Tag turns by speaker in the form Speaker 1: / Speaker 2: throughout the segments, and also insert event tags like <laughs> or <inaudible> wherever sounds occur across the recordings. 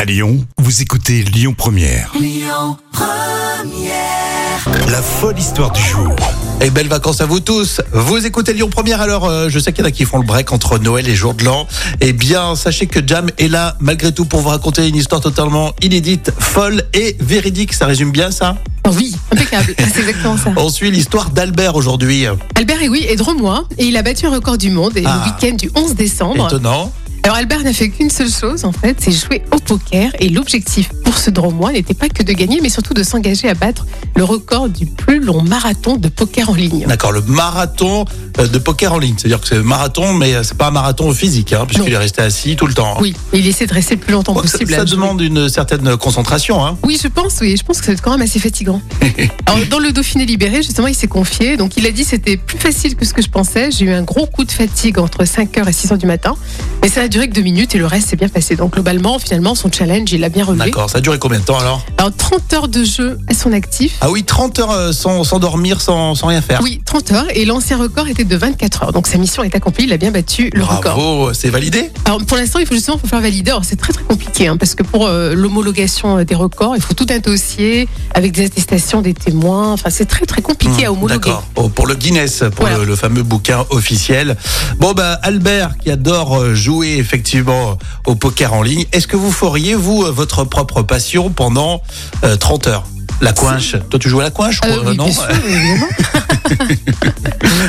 Speaker 1: À Lyon, vous écoutez Lyon Première. La folle histoire du jour.
Speaker 2: Et belles vacances à vous tous. Vous écoutez Lyon Première. Alors, euh, je sais qu'il y en a qui font le break entre Noël et jour de l'an. Eh bien, sachez que Jam est là malgré tout pour vous raconter une histoire totalement inédite, folle et véridique. Ça résume bien ça.
Speaker 3: Oui,
Speaker 2: <laughs>
Speaker 3: impeccable. C'est exactement ça.
Speaker 2: On suit l'histoire d'Albert aujourd'hui.
Speaker 3: Albert Egoui est dromois et il a battu un record du monde et
Speaker 2: Ah.
Speaker 3: le week-end du 11 décembre.
Speaker 2: Étonnant.
Speaker 3: Alors Albert n'a fait qu'une seule chose en fait, c'est jouer au poker et l'objectif pour ce dromois n'était pas que de gagner mais surtout de s'engager à battre le record du plus long marathon de poker en ligne.
Speaker 2: D'accord. Le marathon euh, de poker en ligne. C'est-à-dire que c'est un marathon, mais euh, c'est pas un marathon physique, hein, puisqu'il
Speaker 3: Non.
Speaker 2: est resté assis tout le temps.
Speaker 3: Oui, et il essaie de rester le plus longtemps
Speaker 2: Oh, ça,
Speaker 3: possible.
Speaker 2: ça
Speaker 3: à jouer.
Speaker 2: demande une certaine concentration. Hein.
Speaker 3: Oui, je pense, oui, je pense que c'est quand même
Speaker 2: <laughs>
Speaker 3: assez fatigant. Alors, dans le Dauphiné libéré, justement, il s'est confié. Donc, il a dit c'était plus facile que ce que je pensais. J'ai eu un gros coup de fatigue entre 5h et 6h du matin. Mais ça a duré que deux minutes et le reste s'est bien passé. Donc, globalement, finalement, son challenge, il l'a bien relevé.
Speaker 2: D'accord. Ça a duré combien de temps alors
Speaker 3: Alors, 30 heures de jeu à son actif.
Speaker 2: Ah oui, 30 heures euh, sans, sans dormir, sans, sans rien faire.
Speaker 3: Oui, 30 heures. Et l'ancien record était de 24 heures. Donc, sa mission est accomplie. Il a bien battu le record.
Speaker 2: Bravo, c'est validé
Speaker 3: Alors pour l'instant, il faut justement faut faire valider. Alors, C'est très très compliqué hein, parce que pour euh, l'homologation euh, des records, il faut tout un dossier avec des attestations, des témoins. Enfin, c'est très très compliqué à
Speaker 2: Mmh,
Speaker 3: homologuer.
Speaker 2: D'accord. Oh, pour le Guinness, pour
Speaker 3: Voilà.
Speaker 2: le, le fameux bouquin officiel. Bon, bah, Albert, qui adore euh, jouer effectivement au poker en ligne, est-ce que vous feriez, vous, euh, votre propre passion pendant euh, 30 heures La coinche. Toi, tu joues à la coinche
Speaker 3: Euh,
Speaker 2: quoi,
Speaker 3: oui,
Speaker 2: Oh, Non
Speaker 3: bien sûr, évidemment.
Speaker 2: <laughs>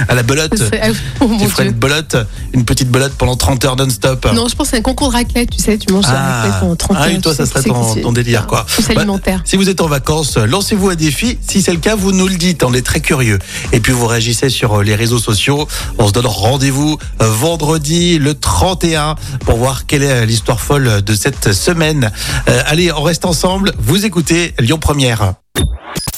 Speaker 2: À la belote <laughs>
Speaker 3: Ce
Speaker 2: Tu
Speaker 3: serait- ah, oh, mon
Speaker 2: ferais
Speaker 3: Dieu.
Speaker 2: une belote, une petite belote pendant 30 heures non-stop
Speaker 3: Non, je pense à un concours de raclette. Tu sais, tu manges de la
Speaker 2: Ah.
Speaker 3: raclette en 30
Speaker 2: Ah oui,
Speaker 3: heures,
Speaker 2: toi,
Speaker 3: tu
Speaker 2: ça
Speaker 3: sais,
Speaker 2: serait
Speaker 3: tu sais
Speaker 2: ton-
Speaker 3: que c'est-
Speaker 2: ton délire, quoi.
Speaker 3: Plus
Speaker 2: Bah,
Speaker 3: alimentaire.
Speaker 2: Si vous êtes en vacances, euh, lancez-vous un défi. Si c'est le cas, vous nous le dites. On est très curieux. Et puis vous réagissez sur euh, les réseaux sociaux. On se donne rendez-vous euh, vendredi le 31 pour voir quelle est euh, l'histoire folle de cette semaine. Euh, allez, on reste ensemble. Vous écoutez Lyon Première.